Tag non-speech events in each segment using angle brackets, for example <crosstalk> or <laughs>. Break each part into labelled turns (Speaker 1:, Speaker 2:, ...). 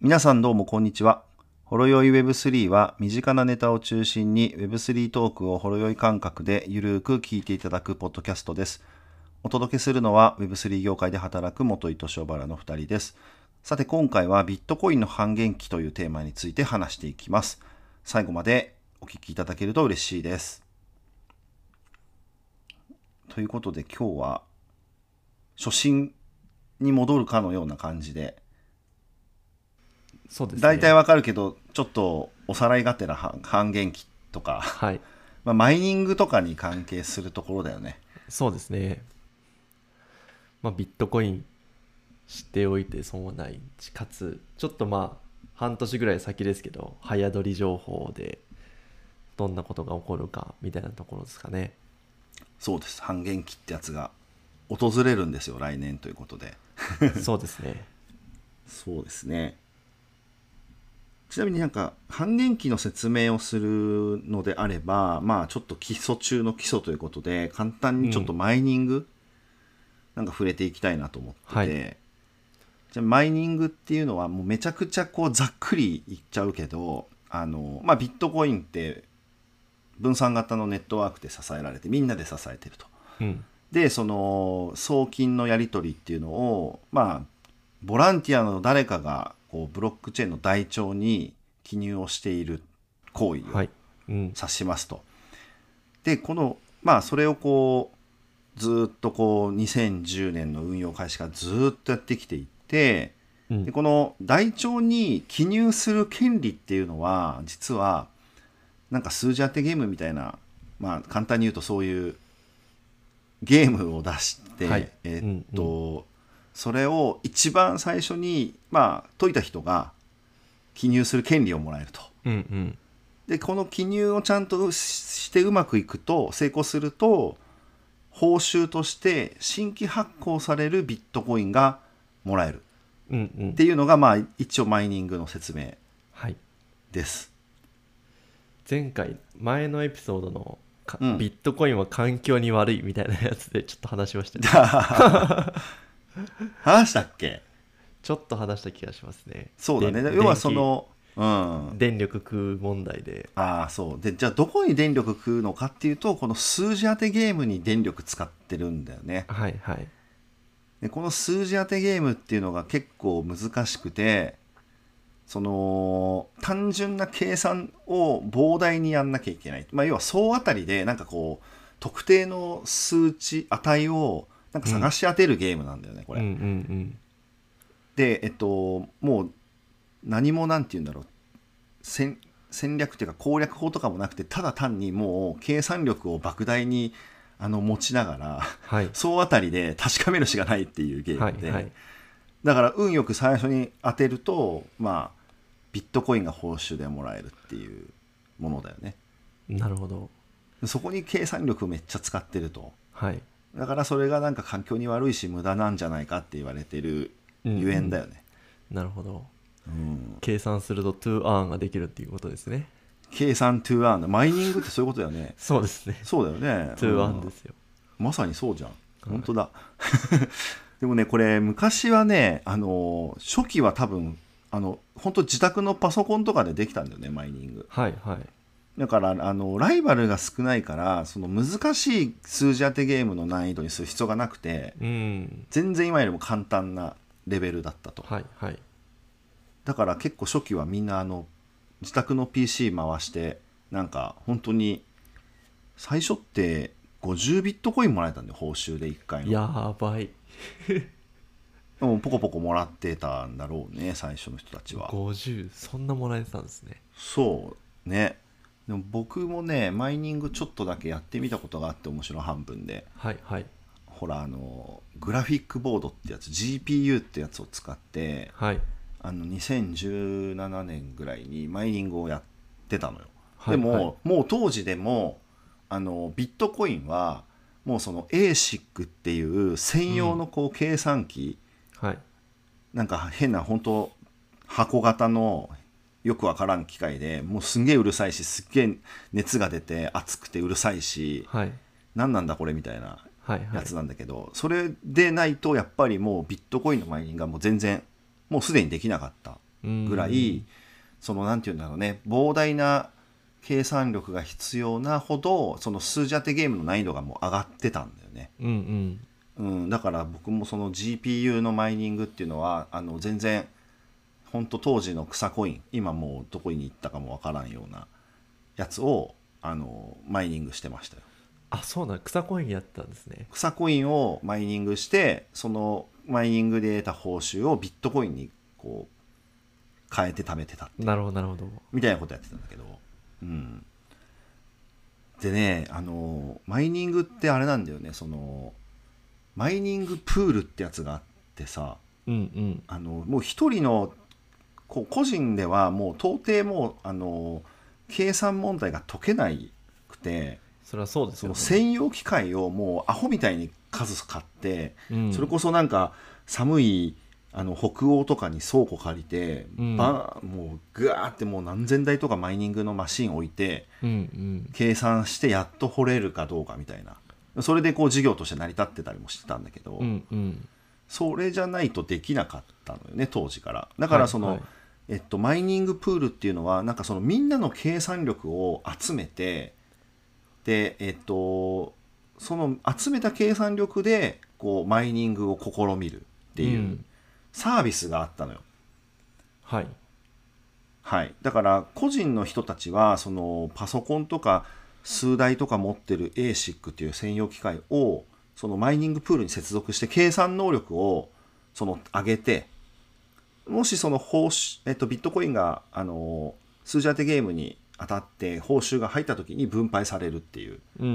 Speaker 1: 皆さんどうもこんにちは。ほろよい Web3 は身近なネタを中心に Web3 トークをほろよい感覚でゆるーく聞いていただくポッドキャストです。お届けするのは Web3 業界で働く元井敏夫原の2人です。さて今回はビットコインの半減期というテーマについて話していきます。最後までお聞きいただけると嬉しいです。ということで今日は初心に戻るかのような感じで
Speaker 2: そうですね。
Speaker 1: 大体わかるけどちょっとおさらいがてら半半減期とか、 <laughs>
Speaker 2: はい。
Speaker 1: まあ、マイニングとかに関係するところだよね
Speaker 2: そうですね。まあ、ビットコイン知っておいて損はないし、かつ、ちょっとまあ、半年ぐらい先ですけど、早取り情報で、どんなことが起こるかみたいなところですか
Speaker 1: <laughs>
Speaker 2: ね。
Speaker 1: そうです半減期ってやつが訪れるんですよ来年ということで
Speaker 2: そうですね。
Speaker 1: そうですねちなみになんか半減期の説明をするのであればまあちょっと基礎中の基礎ということで簡単にちょっとマイニング、なんか触れていきたいなと思ってて、
Speaker 2: はい
Speaker 1: じゃあマイニングっていうのはもうめちゃくちゃこうざっくり言っちゃうけどあの、まあ、ビットコインって分散型のネットワークで支えられてみんなで支えてると。
Speaker 2: うん。
Speaker 1: でその送金のやり取りっていうのをまあボランティアの誰かがこうブロックチェーンの台帳に記入をしている行為を
Speaker 2: はい。うん。
Speaker 1: 指しますと。でこのまあそれをこうずっとこう2010年の運用開始からずっとやってきていて
Speaker 2: う
Speaker 1: で
Speaker 2: ん。
Speaker 1: この台帳に記入する権利っていうのは実はなんか数字当てゲームみたいなまあ簡単に言うとそういうゲームを出して、
Speaker 2: はい
Speaker 1: え
Speaker 2: うんうん
Speaker 1: っと、それを一番最初にまあ解いた人が記入する権利をもらえると。
Speaker 2: うん。うん。
Speaker 1: でこの記入をちゃんとししてうまくいくと成功すると報酬として新規発行されるビットコインがもらえる。
Speaker 2: うん。う
Speaker 1: っ
Speaker 2: ん
Speaker 1: て。いうのがまあ一応マイニングの説明
Speaker 2: はい。
Speaker 1: です。
Speaker 2: 前回、前のエピソードのか、
Speaker 1: うん
Speaker 2: ビットコインは環境に悪いみたいなやつでちょっと話しまし
Speaker 1: <laughs>
Speaker 2: たね。
Speaker 1: 話したっけ
Speaker 2: ちょっと話した気がしますね。
Speaker 1: そうだね。
Speaker 2: で
Speaker 1: 要はその、うん。あ
Speaker 2: 電力食う問題で
Speaker 1: あー、そう。で、じゃあどこに電力食うのかっていうと、この数字当てゲームに電力使ってるんだよね。
Speaker 2: はいはい
Speaker 1: で、この数字当てゲームっていうのが結構難しくて、その単純な計算を膨大にやんなきゃいけない、まあ、要は総当たりでなんかこう特定の数値値をなんか探し当てるゲームなんだよね、こ
Speaker 2: う
Speaker 1: れ
Speaker 2: んう。ん
Speaker 1: でえっともう何もなんて言うんだろう戦戦略っていうか攻略法とかもなくてただ単にもう計算力を莫大にあの持ちながら
Speaker 2: うんはい
Speaker 1: 総当たりで確かめるしかないっていうゲ
Speaker 2: は
Speaker 1: ームで、
Speaker 2: いはい
Speaker 1: だから運よく最初に当てるとまあビットコインが報酬でもらえるっていうものだよね
Speaker 2: なるほど
Speaker 1: そこに計算力をめっちゃ使ってると
Speaker 2: はい
Speaker 1: だからそれがなんか環境に悪いし無駄なんじゃないかって言われてるゆえんだよね、
Speaker 2: なるほど
Speaker 1: うん、
Speaker 2: 計算すると to earn ができるっていうことですね
Speaker 1: 計算 to earn マイニングってそういうことだよね
Speaker 2: そうですね
Speaker 1: そうだよね、
Speaker 2: to earn ですすよ
Speaker 1: うんまさにそうじゃん本当だ、 <laughs> でもねこれ昔はねあの初期は多分あの本当自宅のパソコンとかでできたんだよねマイニング
Speaker 2: はいはい
Speaker 1: だからあのライバルが少ないからその難しい数字当てゲームの難易度にする必要がなくて
Speaker 2: うん
Speaker 1: 全然今よりも簡単なレベルだったと
Speaker 2: はいはい
Speaker 1: だから結構初期はみんなあの自宅の PC 回してなんか本当に最初って50ビットコインもらえたんで報酬で1回の
Speaker 2: やばい
Speaker 1: でもポコポコもらってたんだろうね最初の人たちは
Speaker 2: 50そんなもらえてたんですね
Speaker 1: そうねでも僕もねマイニングちょっとだけやってみたことがあって面白半分で
Speaker 2: はいはい
Speaker 1: ほらあのグラフィックボードってやつ GPU ってやつを使って
Speaker 2: はい
Speaker 1: あの2017年ぐらいにマイニングをやってたのよ、
Speaker 2: は
Speaker 1: で
Speaker 2: い
Speaker 1: も、
Speaker 2: はい
Speaker 1: もう当時でもあのビットコインはもうその ASIC っていう専用のこう計算機、
Speaker 2: はい
Speaker 1: なんか変な本当箱型のよくわからん機械でもうすんげえうるさいしすっげえ熱が出て熱くてうるさいし
Speaker 2: はい
Speaker 1: 何なんだこれみたいな
Speaker 2: はいは
Speaker 1: や
Speaker 2: い
Speaker 1: つなんだけど、それでないとやっぱりもうビットコインのマイニングがもう全然もうすでにできなかった
Speaker 2: ぐ
Speaker 1: ぐらい、そのなんて言うんだろうね膨大な計算力が必要なほどその数字当てゲームの難易度がもう上がってたんだよね、
Speaker 2: うんうん
Speaker 1: うん、だから僕もその GPU のマイニングっていうのはあの全然ほんと当時の草コイン今もうどこに行ったかもわからんようなやつをあのマイニングしてましたよ
Speaker 2: あそうなん草コインやったんですね
Speaker 1: 草コインをマイニングしてそのマイニングで得た報酬をビットコインにこう変えて貯めてた
Speaker 2: なるほどなるほど
Speaker 1: みたいなことやってたんだけど、うん、でねあのマイニングってあれなんだよねそのマイニングプールってやつがあってさ
Speaker 2: うんうん
Speaker 1: あのもう一人のこう個人ではもう到底もうあの計算問題が解けないくて
Speaker 2: それはそうです
Speaker 1: そ
Speaker 2: よ
Speaker 1: の専用機械をもうアホみたいに数買って
Speaker 2: うん
Speaker 1: それこそなんか寒いあの北欧とかに倉庫借りて、
Speaker 2: うん
Speaker 1: ばもうぐわーってもう何千台とかマイニングのマシン置いて
Speaker 2: うんうん
Speaker 1: 計算してやっと掘れるかどうかみたいなそれでこう事業として成り立ってたりもしてたんだけど、
Speaker 2: うんうん
Speaker 1: それじゃないとできなかったのよね当時からだからその、
Speaker 2: はいはい
Speaker 1: えっと、マイニングプールっていうのはなんかそのみんなの計算力を集めてでえっとその集めた計算力でこうマイニングを試みるっていううんサービスがあったのよ、
Speaker 2: はい
Speaker 1: はい、だから個人の人たちはそのパソコンとか数台とか持ってる ASIC っていう専用機械をそのマイニングプールに接続して計算能力をその上げてもしその報酬、えっと、ビットコインがあの数字当てゲームに当たって報酬が入った時に分配されるっていう
Speaker 2: うん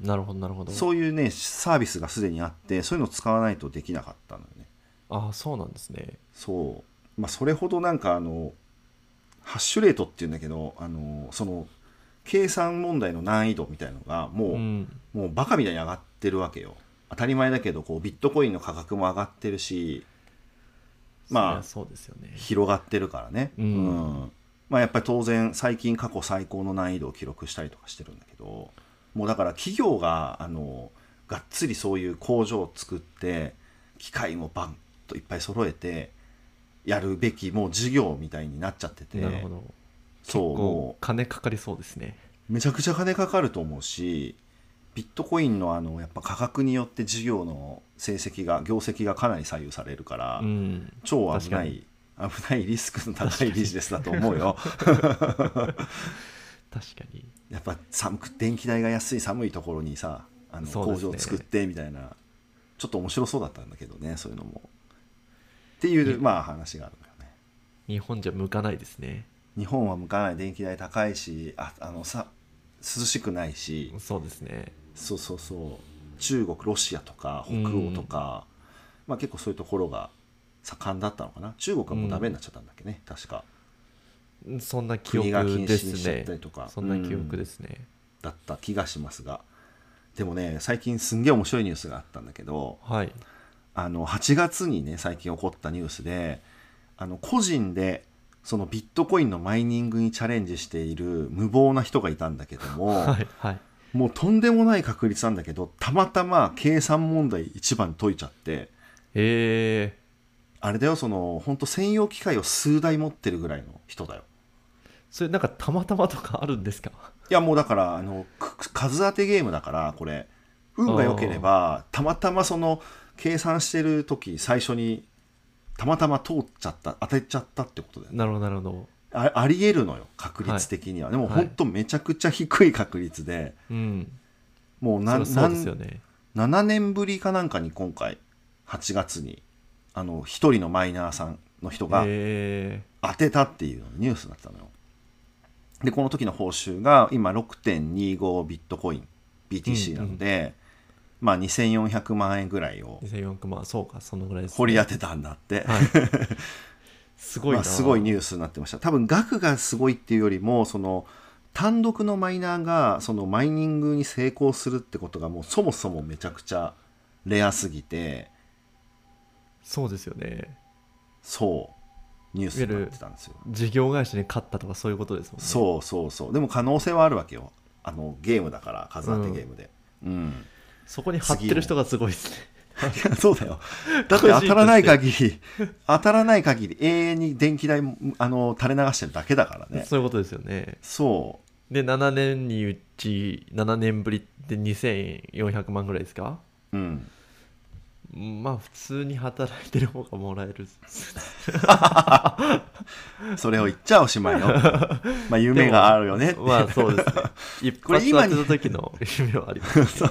Speaker 2: うんなるほどなるほど
Speaker 1: そういうねサービスがすでにあってそういうのを使わないとできなかったのよね。
Speaker 2: ああそうなんですね
Speaker 1: そう、まあ、それほどなんかあのハッシュレートっていうんだけどあのその計算問題の難易度みたいのがもう,、
Speaker 2: うん
Speaker 1: もうバカみたいに上がってるわけよ当たり前だけどこうビットコインの価格も上がってるしまあ
Speaker 2: そりゃそうですよね
Speaker 1: 広がってるからね、
Speaker 2: うん
Speaker 1: うんまあ、やっぱり当然最近過去最高の難易度を記録したりとかしてるんだけどもうだから企業があのがっつりそういう工場を作って機械もバンといっぱい揃えてやるべきもう事業みたいになっちゃってて
Speaker 2: なるほど
Speaker 1: そう
Speaker 2: こ
Speaker 1: も
Speaker 2: う金かかりそうですね
Speaker 1: うめちゃくちゃ金かかると思うしビットコインのあのやっぱ価格によって事業の成績が業績がかなり左右されるから。
Speaker 2: うん
Speaker 1: 超危ない危ないリスクの高いビジネスだと思う
Speaker 2: <laughs>
Speaker 1: よ
Speaker 2: 確かに
Speaker 1: やっぱ寒く電気代が安い寒いところにさあの
Speaker 2: そうで
Speaker 1: 工
Speaker 2: すね
Speaker 1: 場を作ってみたいな、ちょっと面白そうだったんだけどねそういうのもっていう、まあ話があるんだよね
Speaker 2: 日本じゃ向かないですね
Speaker 1: 日本は向かない電気代高いしああのさ涼しくないし
Speaker 2: そうですね
Speaker 1: そうそうそう中国ロシアとか北欧とか、まあ結構そういうところが盛んだったのかな中国はもうダメになっちゃったんだっけね、確か
Speaker 2: そんな記
Speaker 1: 国が禁
Speaker 2: 憶で
Speaker 1: 止にし
Speaker 2: す
Speaker 1: ちゃっ
Speaker 2: ね
Speaker 1: たりとか
Speaker 2: そんな記
Speaker 1: うん
Speaker 2: 憶ですね
Speaker 1: だった気がしますがでもね最近すんげえ面白いニュースがあったんだけど
Speaker 2: はい
Speaker 1: あの8月にね最近起こったニュースであの個人でそのビットコインのマイニングにチャレンジしている無謀な人がいたんだけども、
Speaker 2: はいはい
Speaker 1: もうとんでもない確率なんだけどたまたま計算問題1番解いちゃって
Speaker 2: えー
Speaker 1: あれだよその本当専用機械を数台持ってるぐらいの人だよ
Speaker 2: それなんかたまたまとかあるんですか <laughs>
Speaker 1: いやもうだからあのくく数当てゲームだからこれ運が良ければたまたまその計算してる時最初にたまたま通っちゃった当てちゃったってことだよね
Speaker 2: なるほどなるほど
Speaker 1: あありえるのよ確率的には、でも
Speaker 2: はい
Speaker 1: ほんとめちゃくちゃ低い確率で、
Speaker 2: うん
Speaker 1: もう
Speaker 2: そ
Speaker 1: な
Speaker 2: りゃそうですよ
Speaker 1: ん
Speaker 2: ね
Speaker 1: 7年ぶりかなんかに今回8月にあの1人のマイナーさんの人が
Speaker 2: え
Speaker 1: 当てたっていうのがニュースだったのよでこの時の報酬が今6.25ビットコイン BTC なので、まあ2400万円ぐらいを
Speaker 2: ー、2400万そうかそのぐらいですね、
Speaker 1: 掘り当てたんだって、
Speaker 2: はいすごいな、
Speaker 1: まあ、すごいニ
Speaker 2: ュ
Speaker 1: ュースになってました多分額がすごいっていうよりもその単独のマイナーがそのマイニングに成功するってことがもうそもそもめちゃくちゃレアすぎて
Speaker 2: そうですよね
Speaker 1: そうニュースになってたんですよ
Speaker 2: 事業会社に勝ったとかそういうことですもんねう
Speaker 1: そうそうそうでも可能性はあるわけよあのゲームだから数当てゲームでうん、
Speaker 2: そこに張ってる人がすごいですね
Speaker 1: いや <laughs> そうだよ。だって当たらない限り、当たらない限り永遠に電気代もあの垂れ流してるだけだからね。
Speaker 2: そういうことですよね
Speaker 1: そ
Speaker 2: で7年にうち7年ぶりで2400万ぐらいですか
Speaker 1: う。うん。
Speaker 2: まあ普通に働いてる方がもらえ
Speaker 1: <laughs>
Speaker 2: る
Speaker 1: それを言っちゃおしまい
Speaker 2: <laughs>
Speaker 1: よ。まあ夢があるよねって。
Speaker 2: まあそうですね
Speaker 1: <laughs>
Speaker 2: 一
Speaker 1: これ
Speaker 2: 発
Speaker 1: 今
Speaker 2: 当
Speaker 1: に
Speaker 2: てた
Speaker 1: <laughs>
Speaker 2: 時の夢はあります、ね、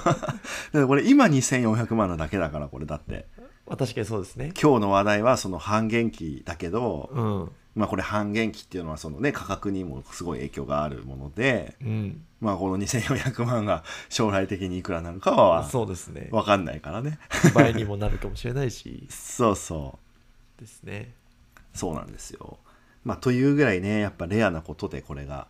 Speaker 1: でこれ今2400万なだけだから、これだって。
Speaker 2: まあ確かにそうですね
Speaker 1: 今日の話題はその半減期だけど、
Speaker 2: うん
Speaker 1: まあこれ半減期っていうのはそのね、価格にもすごい影響があるもので、
Speaker 2: うん
Speaker 1: まあこの2400万が将来的にいくらなのかは
Speaker 2: そうですね
Speaker 1: わかんないからね。
Speaker 2: 倍にもなるかもしれないし
Speaker 1: そうそう。
Speaker 2: ですね
Speaker 1: そうなんですよ。まあ、というぐらいねやっぱレアなことでこれが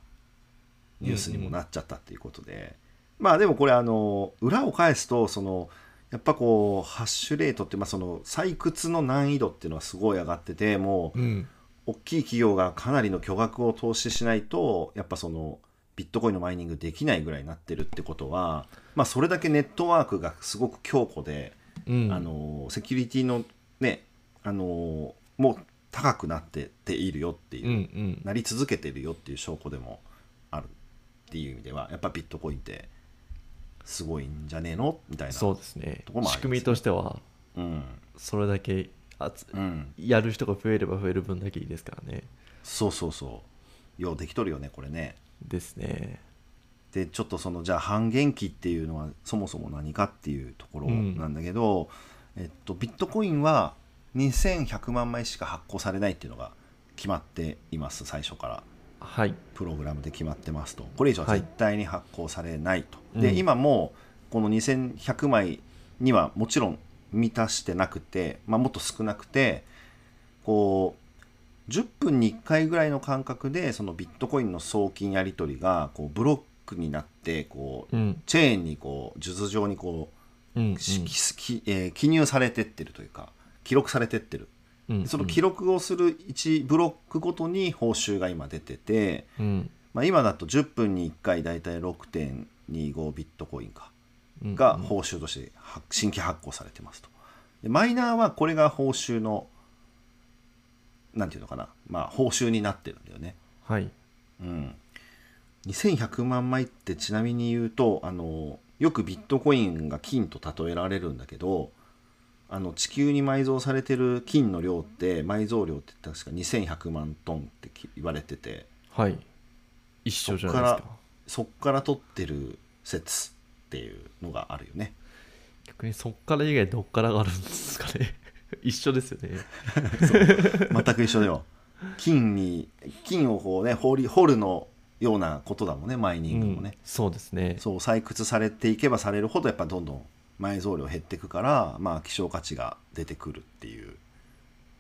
Speaker 1: ニュースにもなっちゃったっていうことで、まあでもこれあの裏を返すとそのやっぱこうハッシュレートって、まあ、その採掘の難易度っていうのはすごい上がっててもう
Speaker 2: うん
Speaker 1: 大きい企業がかなりの巨額を投資しないとやっぱそのビットコインのマイニングできないぐらいになってるってことは、まあ、それだけネットワークがすごく強固で。
Speaker 2: うん
Speaker 1: あのセキュリティのねあのもう高くなってっているよっていうう、
Speaker 2: んうん
Speaker 1: なり続けてるよっていう証拠でもあるっていう意味ではやっぱビットコインってすごいんじゃねえのみたいな
Speaker 2: そうですね
Speaker 1: とこもありますね
Speaker 2: 仕組みとしては
Speaker 1: うん、
Speaker 2: それだけあつ
Speaker 1: うん、
Speaker 2: やる人が増えれば増える分だけいいですからね
Speaker 1: そうそうそうようできとるよねこれね
Speaker 2: ですね
Speaker 1: でちょっとそのじゃあ半減期っていうのはそもそも何かっていうところなんだけど、えっと、ビットコインは2100万枚しか発行されないっていうのが決まっています最初から。
Speaker 2: はい
Speaker 1: プログラムで決まってますとこれ以上は絶対に発行されないと、
Speaker 2: はい
Speaker 1: で
Speaker 2: うん
Speaker 1: 今もこの2100枚にはもちろん満たしてなくて、まあ、もっと少なくてこう10分に1回ぐらいの間隔でそのビットコインの送金やり取りがこうブロックになってこう
Speaker 2: うん
Speaker 1: チェーンにこう数珠状にこ
Speaker 2: うんうん
Speaker 1: う、しきえー記入されてってるというか記録されてってる
Speaker 2: うん
Speaker 1: その記録をする1ブロックごとに報酬が今出てて、
Speaker 2: うん
Speaker 1: まあ、今だと10分に1回だいたい6.25ビットコインか
Speaker 2: うん
Speaker 1: が報酬として発新規発行されてますとでマイナーはこれが報酬のなんていうのかなまあ報酬になってるんだよね
Speaker 2: はい
Speaker 1: うん2100万枚ってちなみに言うとあのよくビットコインが金と例えられるんだけどあの地球に埋蔵されてる金の量って埋蔵量って確か2100万トンって言われてて
Speaker 2: はい一緒じゃないです
Speaker 1: そっそ
Speaker 2: か
Speaker 1: っから取ってる説っていうのがあるよね
Speaker 2: 逆にそっから以外どっからがあるんですかね <laughs> 一緒ですよね
Speaker 1: 全く一緒だよ <laughs> 金に金をこうね掘り掘るのようなことだもんねマイニングも
Speaker 2: うん
Speaker 1: ね、
Speaker 2: そうですね
Speaker 1: そう採掘されていけばされるほどやっぱどんどん埋蔵量減っていくからまあ希少価値が出てくるっていう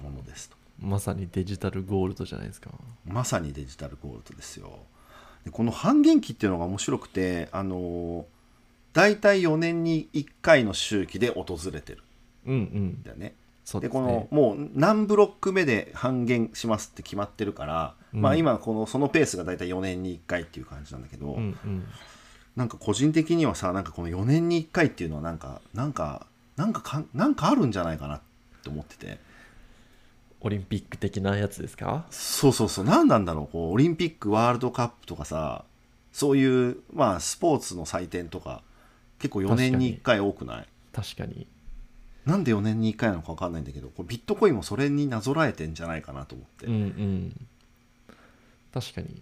Speaker 1: ものですと
Speaker 2: まさにデジタルゴールドじゃないですか
Speaker 1: まさにデジタルゴールドですよでこの半減期っていうのが面白くてあの大体4年に1回の周期で訪れてる
Speaker 2: うんうん
Speaker 1: だよね
Speaker 2: そう
Speaker 1: で
Speaker 2: です
Speaker 1: こ
Speaker 2: ね
Speaker 1: のもう何ブロック目で半減しますって決まってるから、
Speaker 2: うん
Speaker 1: まあ今このそのペースが大体4年に1回っていう感じなんだけど、
Speaker 2: うんうん
Speaker 1: なんか個人的にはさなんかこの4年に1回っていうのはなんかなんかなんかかんなんかあるんじゃないかなって思ってて
Speaker 2: オリンピック的なやつですか
Speaker 1: そうそうそう何なんだろうこうオリンピックワールドカップとかさそういうまあスポーツの祭典とか結構4年に1回多くない
Speaker 2: 確かに
Speaker 1: なんで4年に1回なのか分かんないんだけどこうビットコインもそれになぞらえてんじゃないかなと思って。
Speaker 2: うんうん確かに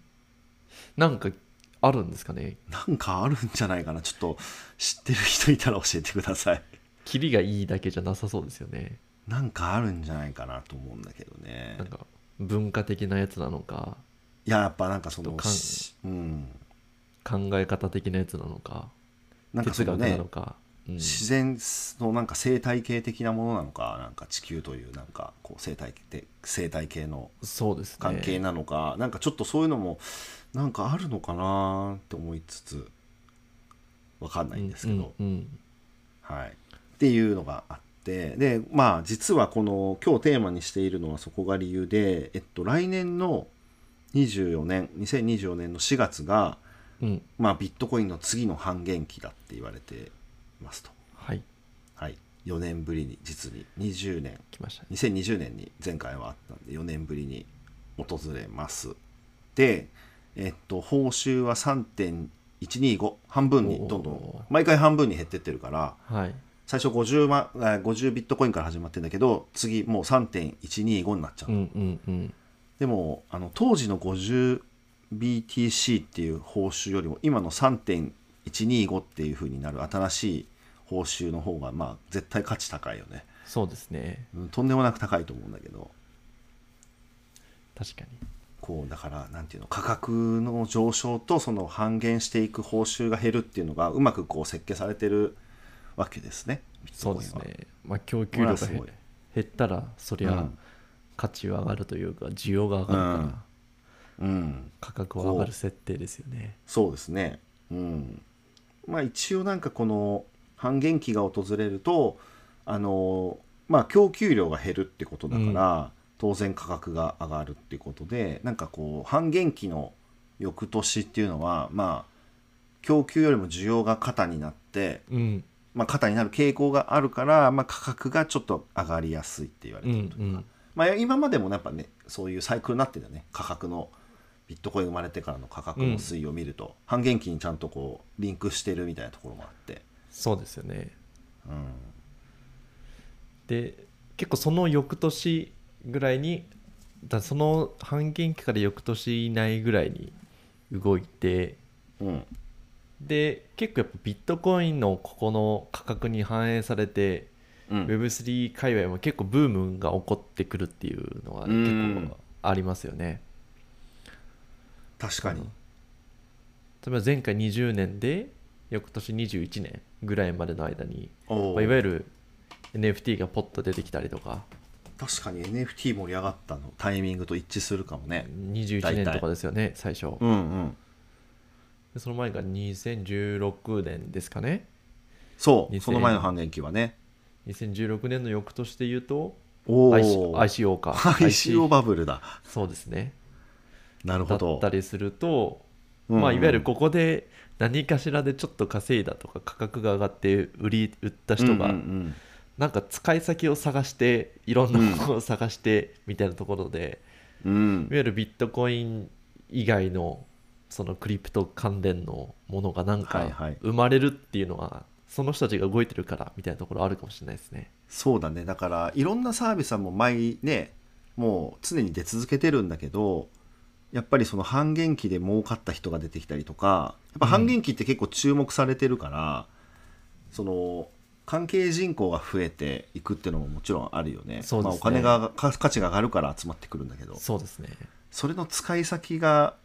Speaker 2: なんかあるんですかね
Speaker 1: なんかあるんじゃないかなちょっと知ってる人いたら教えてください
Speaker 2: キリがいいだけじゃなさそうですよね
Speaker 1: <laughs> なんかあるんじゃないかなと思うんだけどね
Speaker 2: なんか文化的なやつなのか
Speaker 1: いややっぱなんかそ
Speaker 2: ちょ
Speaker 1: の
Speaker 2: っと感
Speaker 1: しうん
Speaker 2: 考え方的なやつなのか
Speaker 1: なんかそ
Speaker 2: 哲
Speaker 1: の
Speaker 2: 学な
Speaker 1: ね
Speaker 2: のか、うん、
Speaker 1: 自然のなんか生態系的なものなのかなんか地球というなんかこう生態系生態系の
Speaker 2: そうですね
Speaker 1: 関係なのか、なんかちょっとそういうのもなんかあるのかなって思いつつわかんないんですけど、
Speaker 2: うんうん
Speaker 1: はい、っていうのがあってでまあ実はこの今日テーマにしているのはそこが理由で、えっと、来年の24年2024年の4月が、
Speaker 2: うんうん
Speaker 1: まあ、ビットコインの次の半減期だって言われてますと、
Speaker 2: はい
Speaker 1: はい、 4年ぶりに実に20年
Speaker 2: 来ましたね。
Speaker 1: 2020年に前回はあったんで4年ぶりに訪れますでえっと報酬は3.125半分にどんど
Speaker 2: お
Speaker 1: ん毎回半分に減ってってるから
Speaker 2: はい。
Speaker 1: 最初50万えー50ビットコインから始まってんだけど次もう3.125になっちゃう、
Speaker 2: うんうんうん。
Speaker 1: でもあの当時の 50BTC っていう報酬よりも今の3.125っていう風になる新しい報酬の方がまあ絶対価値高いよね、
Speaker 2: そうですね。
Speaker 1: うんとんでもなく高いと思うんだけど
Speaker 2: 確かに。
Speaker 1: こうだからなんていうの価格の上昇とその半減していく報酬が減るっていうのがうまくこう設計されてるわけですねビッ
Speaker 2: そ
Speaker 1: トコ
Speaker 2: う
Speaker 1: イ
Speaker 2: で
Speaker 1: ン
Speaker 2: す
Speaker 1: は
Speaker 2: ね。まあ、供給
Speaker 1: こ
Speaker 2: 量が
Speaker 1: れはす
Speaker 2: 減
Speaker 1: ごい
Speaker 2: 減ったら、そり
Speaker 1: う
Speaker 2: ゃ
Speaker 1: ん
Speaker 2: 価値は上がるというか、需要が上がるか
Speaker 1: う
Speaker 2: ら、
Speaker 1: んうん
Speaker 2: 価格は上がる設定ですよね。
Speaker 1: そうですね。うん。まあ一応なんかこの半減期が訪れると、あのまあ供給量が減るってことだから、当然価格が上がるっていうことで、なんかこう半減期の翌年っていうのは、まあ供給よりも需要が肩になって、
Speaker 2: うん。
Speaker 1: まあ肩になる傾向があるから、まあ価格がちょっと上がりやすいって言われ
Speaker 2: うんう
Speaker 1: てるというか。
Speaker 2: ん。
Speaker 1: まあ、今までもやっぱねそういうサイクルになってるよね価格のビットコイン生まれてからの価格の推移を見ると、半減期にちゃんとこうリンクしてるみたいなところもあって、
Speaker 2: そうですよね。
Speaker 1: うん、
Speaker 2: で、結構その翌年ぐらいに、だその半減期から翌年以内ぐらいに動いて、
Speaker 1: うん、
Speaker 2: で結構やっぱビットコインのここの価格に反映されて、
Speaker 1: うん、
Speaker 2: Web3 界隈も結構ブームが起こってくるっていうのは
Speaker 1: うん
Speaker 2: 結構ありますよね。
Speaker 1: 確かに、
Speaker 2: 例えば前回20年で翌年21年ぐらいまでの間に、
Speaker 1: お
Speaker 2: まあ、
Speaker 1: ー
Speaker 2: いわゆる NFT がポッと出てきたりとか
Speaker 1: 確かに NFT 盛り上がったのタイミングと一致するかもね
Speaker 2: 21年とかですよね最初、
Speaker 1: うんうん
Speaker 2: でその前が2016年ですかね
Speaker 1: そう
Speaker 2: 2000
Speaker 1: その前の半減期はね
Speaker 2: 2016年の翌年で言うと
Speaker 1: おお
Speaker 2: IC ICO か
Speaker 1: ICO バブルだ
Speaker 2: そうですね
Speaker 1: なる
Speaker 2: だ
Speaker 1: ほ
Speaker 2: っ
Speaker 1: ど
Speaker 2: たりすると、
Speaker 1: うんうん
Speaker 2: まあ、いわゆるここで何かしらでちょっと稼いだとか価格が上がって売り売った人
Speaker 1: う
Speaker 2: が、
Speaker 1: んうん
Speaker 2: なんか使い先を探していろんな
Speaker 1: うん
Speaker 2: ものを探してみたいなところで、
Speaker 1: うんうん
Speaker 2: いわゆるビットコイン以外のそのクリプト関連のものがなん
Speaker 1: はいは
Speaker 2: か
Speaker 1: い
Speaker 2: 生まれるっていうのはその人たちが動いてるからみたいなところあるかもしれないですね。
Speaker 1: そうだねだからいろんなサービスはもう毎ねもう常に出続けてるんだけどやっぱりその半減期で儲かった人が出てきたりとかやっぱ半減期って結構注目されてるから、その関係人口が増えていくっていうのももちろんあるよね
Speaker 2: そうですね
Speaker 1: まあ、お金がか価値が上がるから集まってくるんだけど
Speaker 2: そうですね。
Speaker 1: それの使い先が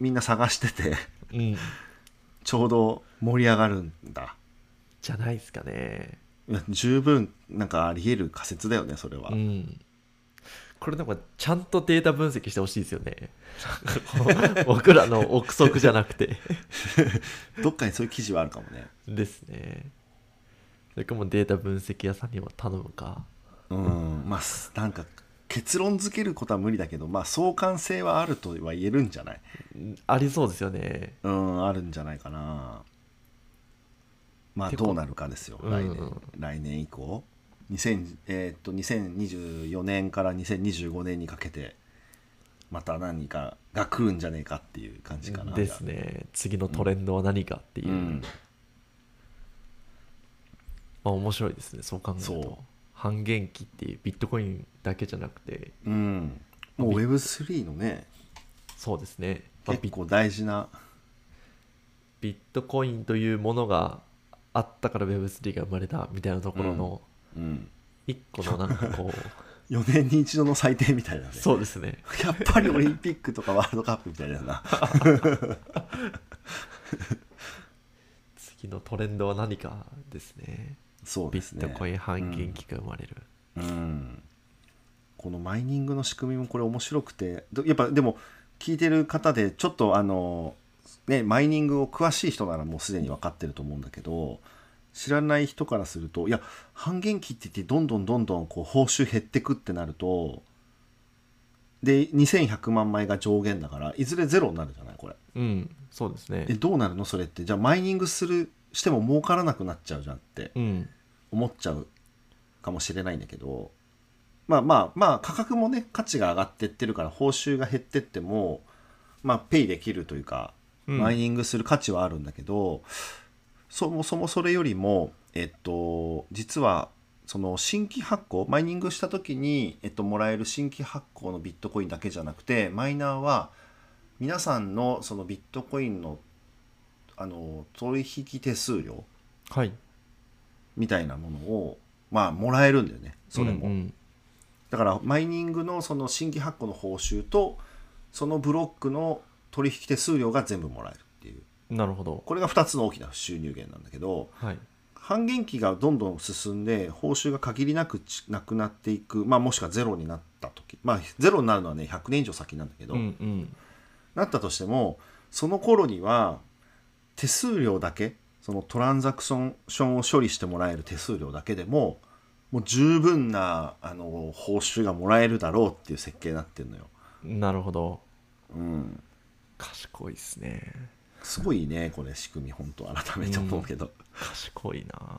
Speaker 1: みんな探してて <laughs>
Speaker 2: うん、
Speaker 1: ちょうど盛り上がるんだ
Speaker 2: じゃないですかね。
Speaker 1: いや十分なんかあり得る仮説だよねそれは、
Speaker 2: うん、これなんかちゃんとデータ分析してほしいですよねなんかこう僕らの憶測じゃなくて
Speaker 1: どっかにそういう記事はあるかもね
Speaker 2: ですねそれかもうデータ分析屋さんにも頼むか
Speaker 1: うんまあすなんか結論付けることは無理だけどまあ相関性はあるとは言えるんじゃない
Speaker 2: うんありそうですよね
Speaker 1: うんあるんじゃないかなまあ
Speaker 2: 結構
Speaker 1: どうなるかですよ
Speaker 2: うん
Speaker 1: 来年、来年以降2000、えーっと2024年から2025年にかけてまた何かが来るんじゃねえかっていう感じかな
Speaker 2: ですね次のトレンドは何かっていう、
Speaker 1: うん
Speaker 2: まあ、面白いですねそう考える
Speaker 1: そう
Speaker 2: と半減期っていうビットコインだけじゃなくて
Speaker 1: うんもう Web3 のね
Speaker 2: そうですね、まあ、ビ
Speaker 1: 結構大事な
Speaker 2: ビットコインというものがあったから Web3 が生まれたみたいなところの
Speaker 1: うん
Speaker 2: 一個のなんかこう、
Speaker 1: <laughs> 4年に一度の祭典みたいなね
Speaker 2: そうですね
Speaker 1: <laughs> やっぱりオリンピックとかワールドカップみたいだな。
Speaker 2: 次のトレンドは何かですね
Speaker 1: そう
Speaker 2: ビ
Speaker 1: です
Speaker 2: ッ
Speaker 1: ね。
Speaker 2: トコイン半減期が生まれる、
Speaker 1: うん、うんこのマイニングの仕組みもこれ面白くて、どやっぱでも聞いてる方でちょっとあの、ね、マイニングを詳しい人ならもうすでに分かってると思うんだけど、知らない人からすると、いや、半減期って言ってどんどんどんどんこう報酬減ってくってなると、で、2100万枚が上限だから、いずれゼロになるじゃないこれ。
Speaker 2: うんそうですね
Speaker 1: え、どうなるのそれって。じゃあマイニングする、しても儲からなくなっちゃうじゃんって。
Speaker 2: うん
Speaker 1: 思っちゃうかもしれないんだけどまあまあまあ価格もね価値が上がってってるから報酬が減ってってもまあペイできるというか
Speaker 2: うん
Speaker 1: マイニングする価値はあるんだけど、そもそもそれよりも、えっと、実はその新規発行マイニングした時に、えっと、もらえる新規発行のビットコインだけじゃなくてマイナーは皆さんのそのビットコインのあの取引手数料
Speaker 2: はい
Speaker 1: みたいなものを、まあ、もらえるんだよねそれも。
Speaker 2: うんうん
Speaker 1: だからマイニングのその新規発行の報酬とそのブロックの取引手数料が全部もらえるっていう。
Speaker 2: なるほど
Speaker 1: これが2つの大きな収入源なんだけど
Speaker 2: はい
Speaker 1: 半減期がどんどん進んで報酬が限りなくちなくなっていく、まあ、もしくはゼロになった時まあゼロになるのはね100年以上先なんだけど、
Speaker 2: うんうん
Speaker 1: なったとしてもその頃には手数料だけそのトランザクションションを処理してもらえる手数料だけでももう十分なあの報酬がもらえるだろうっていう設計になってるのよ。
Speaker 2: なるほど
Speaker 1: うん、
Speaker 2: 賢いっすね
Speaker 1: すごいねこれ仕組み本当改めて思うけど。
Speaker 2: 賢いな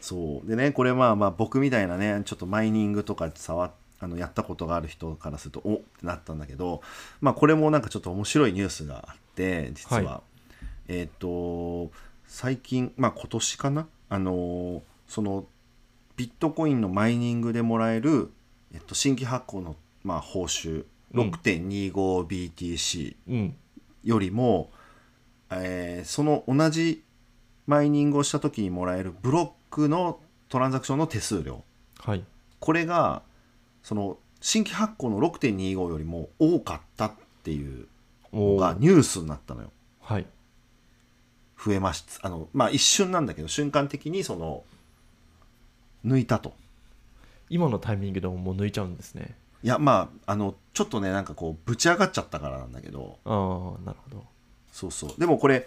Speaker 1: そうでねこれまあまあ僕みたいなねちょっとマイニングとか触っあのやったことがある人からするとおってなったんだけど、まあ、これもなんかちょっと面白いニュースがあって実は、
Speaker 2: は
Speaker 1: えっ、と最近まあ今年かなあのーそのビットコインのマイニングでもらえる、えっと、新規発行の、まあ、報酬 6.25BTC
Speaker 2: うん
Speaker 1: よりも、えーその同じマイニングをした時にもらえるブロックのトランザクションの手数料
Speaker 2: はい
Speaker 1: これがその新規発行の6.25よりも多かったっていう
Speaker 2: お
Speaker 1: の
Speaker 2: お
Speaker 1: がニュースになったのよ
Speaker 2: はい
Speaker 1: 増えましたあのまあ一瞬なんだけど瞬間的にその抜いたと
Speaker 2: 今のタイミングでももう抜いちゃうんですね
Speaker 1: いやまああのちょっとねなんかこうぶち上がっちゃったからなんだけど
Speaker 2: ああなるほど
Speaker 1: そうそうでもこれ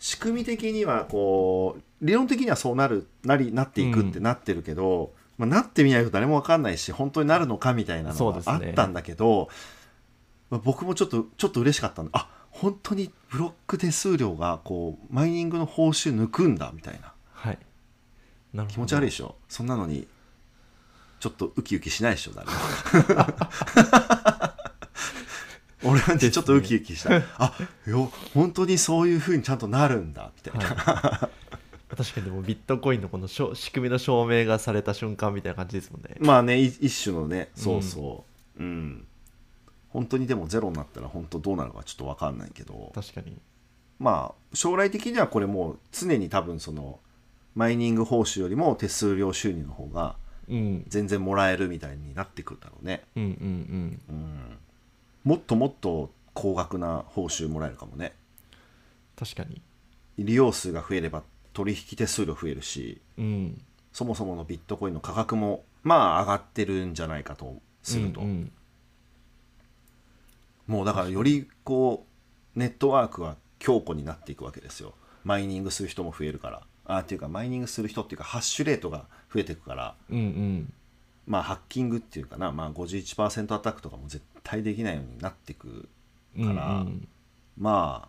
Speaker 1: 仕組み的にはこう理論的にはそうなるなりなっていくって
Speaker 2: う
Speaker 1: なってるけど、まあ、なってみないと誰も分かんないし本当になるのかみたいな
Speaker 2: そ
Speaker 1: の
Speaker 2: うで
Speaker 1: が
Speaker 2: す
Speaker 1: あ
Speaker 2: ね
Speaker 1: ったんだけど、まあ、僕もちょっとちょっと嬉しかったんだあ本当にブロック手数料がこうマイニングの報酬抜くんだみたいな
Speaker 2: はいなるほど
Speaker 1: 気持ち悪いでしょそんなのにちょっとウキウキしないでしょ誰 <laughs> も俺なんてちょっとウキウキした、あよ本当にそういうふうにちゃんとなるんだみたいな、
Speaker 2: はい、 <laughs> 確かにでもビットコインのこのしょ仕組みの証明がされた瞬間みたいな感じですもんね
Speaker 1: まあねい一種のねそうそううん、本当にでもゼロになったら本当どうなるかちょっと分かんないけど
Speaker 2: 確かに
Speaker 1: まあ将来的にはこれもう常に多分そのマイニング報酬よりも手数料収入の方が
Speaker 2: うん
Speaker 1: 全然もらえるみたいになってくるだろうね
Speaker 2: うんうんうん
Speaker 1: うんもっともっと高額な報酬もらえるかもね
Speaker 2: 確かに
Speaker 1: 利用数が増えれば取引手数料増えるし
Speaker 2: うん
Speaker 1: そもそものビットコインの価格もまあ上がってるんじゃないかとすると、
Speaker 2: うんうん
Speaker 1: もうだからよりこうネットワークは強固になっていくわけですよマイニングする人も増えるからあっていうかマイニングする人っていうかハッシュレートが増えていくから
Speaker 2: うんうん
Speaker 1: まあハッキングっていうかな、まあ、51%アタックとかも絶対できないようになっていく
Speaker 2: うん
Speaker 1: から
Speaker 2: うん
Speaker 1: まあ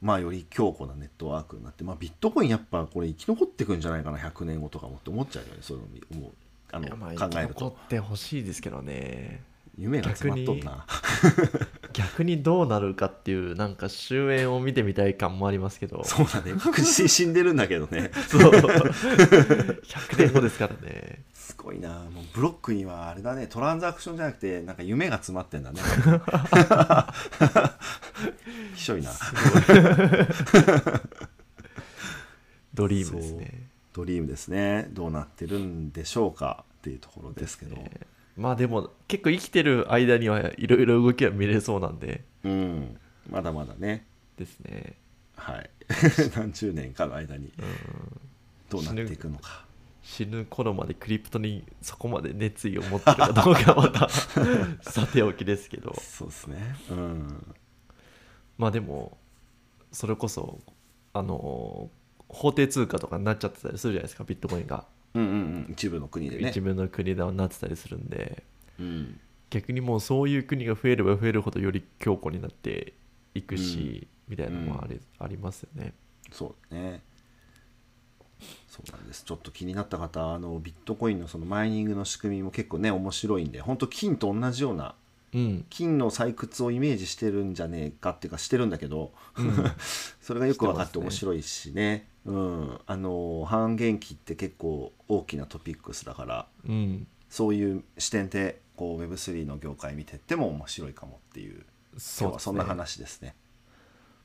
Speaker 1: まあより強固なネットワークになって、まあ、ビットコインやっぱこれ生き残ってくんじゃないかな100年後とかもって思っちゃうよねそういうのに思うあ
Speaker 2: いやまあ
Speaker 1: の
Speaker 2: 生
Speaker 1: 考
Speaker 2: き
Speaker 1: える
Speaker 2: 残
Speaker 1: と
Speaker 2: ってほしいですけどね
Speaker 1: 夢が詰まっとんな
Speaker 2: 逆にどうなるかっていうなんか終焉を見てみたい感もありますけ
Speaker 1: <laughs>
Speaker 2: ど
Speaker 1: <laughs> そうだね確実に死んでるんだけどね
Speaker 2: そう <laughs> 100年後ですからね
Speaker 1: すごいなもうブロックにはあれだねトランザクションじゃなくてなんか夢が詰まってんだね <laughs> ひしょいな
Speaker 2: ドリームですね
Speaker 1: ドリームですねどうなってるんでしょうかっていうところですけど
Speaker 2: ねまあでも結構生きてる間にはいろいろ動きは見れそうなんで
Speaker 1: うんまだまだね
Speaker 2: ですね
Speaker 1: はい <laughs> 何十年かの間に
Speaker 2: うん
Speaker 1: どうなっていくのか
Speaker 2: 死ぬ頃までクリプトにそこまで熱意を持ってるかどうかはま <laughs> たさておきですけど
Speaker 1: そうですねうん
Speaker 2: まあでもそれこそあの法定通貨とかになっちゃってたりするじゃないですかビットコインが、
Speaker 1: うんうんうん一部の国でね
Speaker 2: 一部の国ではなってたりするんで
Speaker 1: うん
Speaker 2: 逆にもうそういう国が増えれば増えるほどより強固になっていくし、みたいなのもあり,、ありますよね。
Speaker 1: そうねそうなんですちょっと気になった方あのビットコインのそのマイニングの仕組みも結構ね面白いんで本当金と同じような
Speaker 2: うん、
Speaker 1: 金の採掘をイメージしてるんじゃねえかっていうかしてるんだけど、 <laughs> それがよく分かって面白いしねうん、あの半減期って結構大きなトピックスだから
Speaker 2: うん、
Speaker 1: そういう視点でこう Web3 の業界見てっても面白いかもっていう今
Speaker 2: そ
Speaker 1: 日
Speaker 2: うで
Speaker 1: は
Speaker 2: す
Speaker 1: そん
Speaker 2: ね
Speaker 1: な話ですね。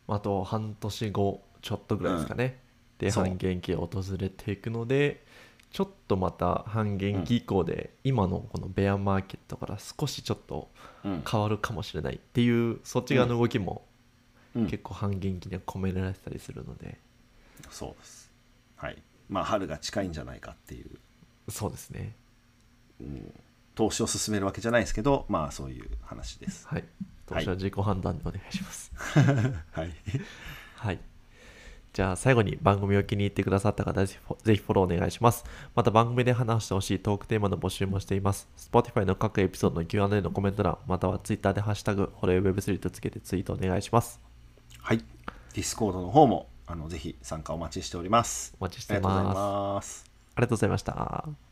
Speaker 2: あと半年後ちょっとぐらいですかね、で
Speaker 1: そう
Speaker 2: 半減期が訪れていくのでちょっとまた半減期以降で、今のこのベアマーケットから少しちょっと
Speaker 1: うん
Speaker 2: 変わるかもしれないっていうそっち側の動きも
Speaker 1: うん
Speaker 2: 結構半減期には込められてたりするので、
Speaker 1: そうです、はいまあ、春が近いんじゃないかっていう、
Speaker 2: そうですね
Speaker 1: うん、投資を進めるわけじゃないですけどまあそういう話です。
Speaker 2: <laughs> はい当社は自己判断でお願いします
Speaker 1: はい、
Speaker 2: はい。じゃあ最後に番組を気に入ってくださった方ぜひフォぜひフォローお願いします。また番組で話してほしいトークテーマの募集もしています。Spotify の各エピソードの Q&A のコメント欄、または Twitter でハッシュタグ、ホロヨ Web3 とつけてツイートお願いします。
Speaker 1: はい、ディスコードの方もあのぜひ参加お待ちしております。
Speaker 2: お待ちし
Speaker 1: あり
Speaker 2: て
Speaker 1: がとうござい
Speaker 2: ます。あ
Speaker 1: ます。
Speaker 2: りがとうございました。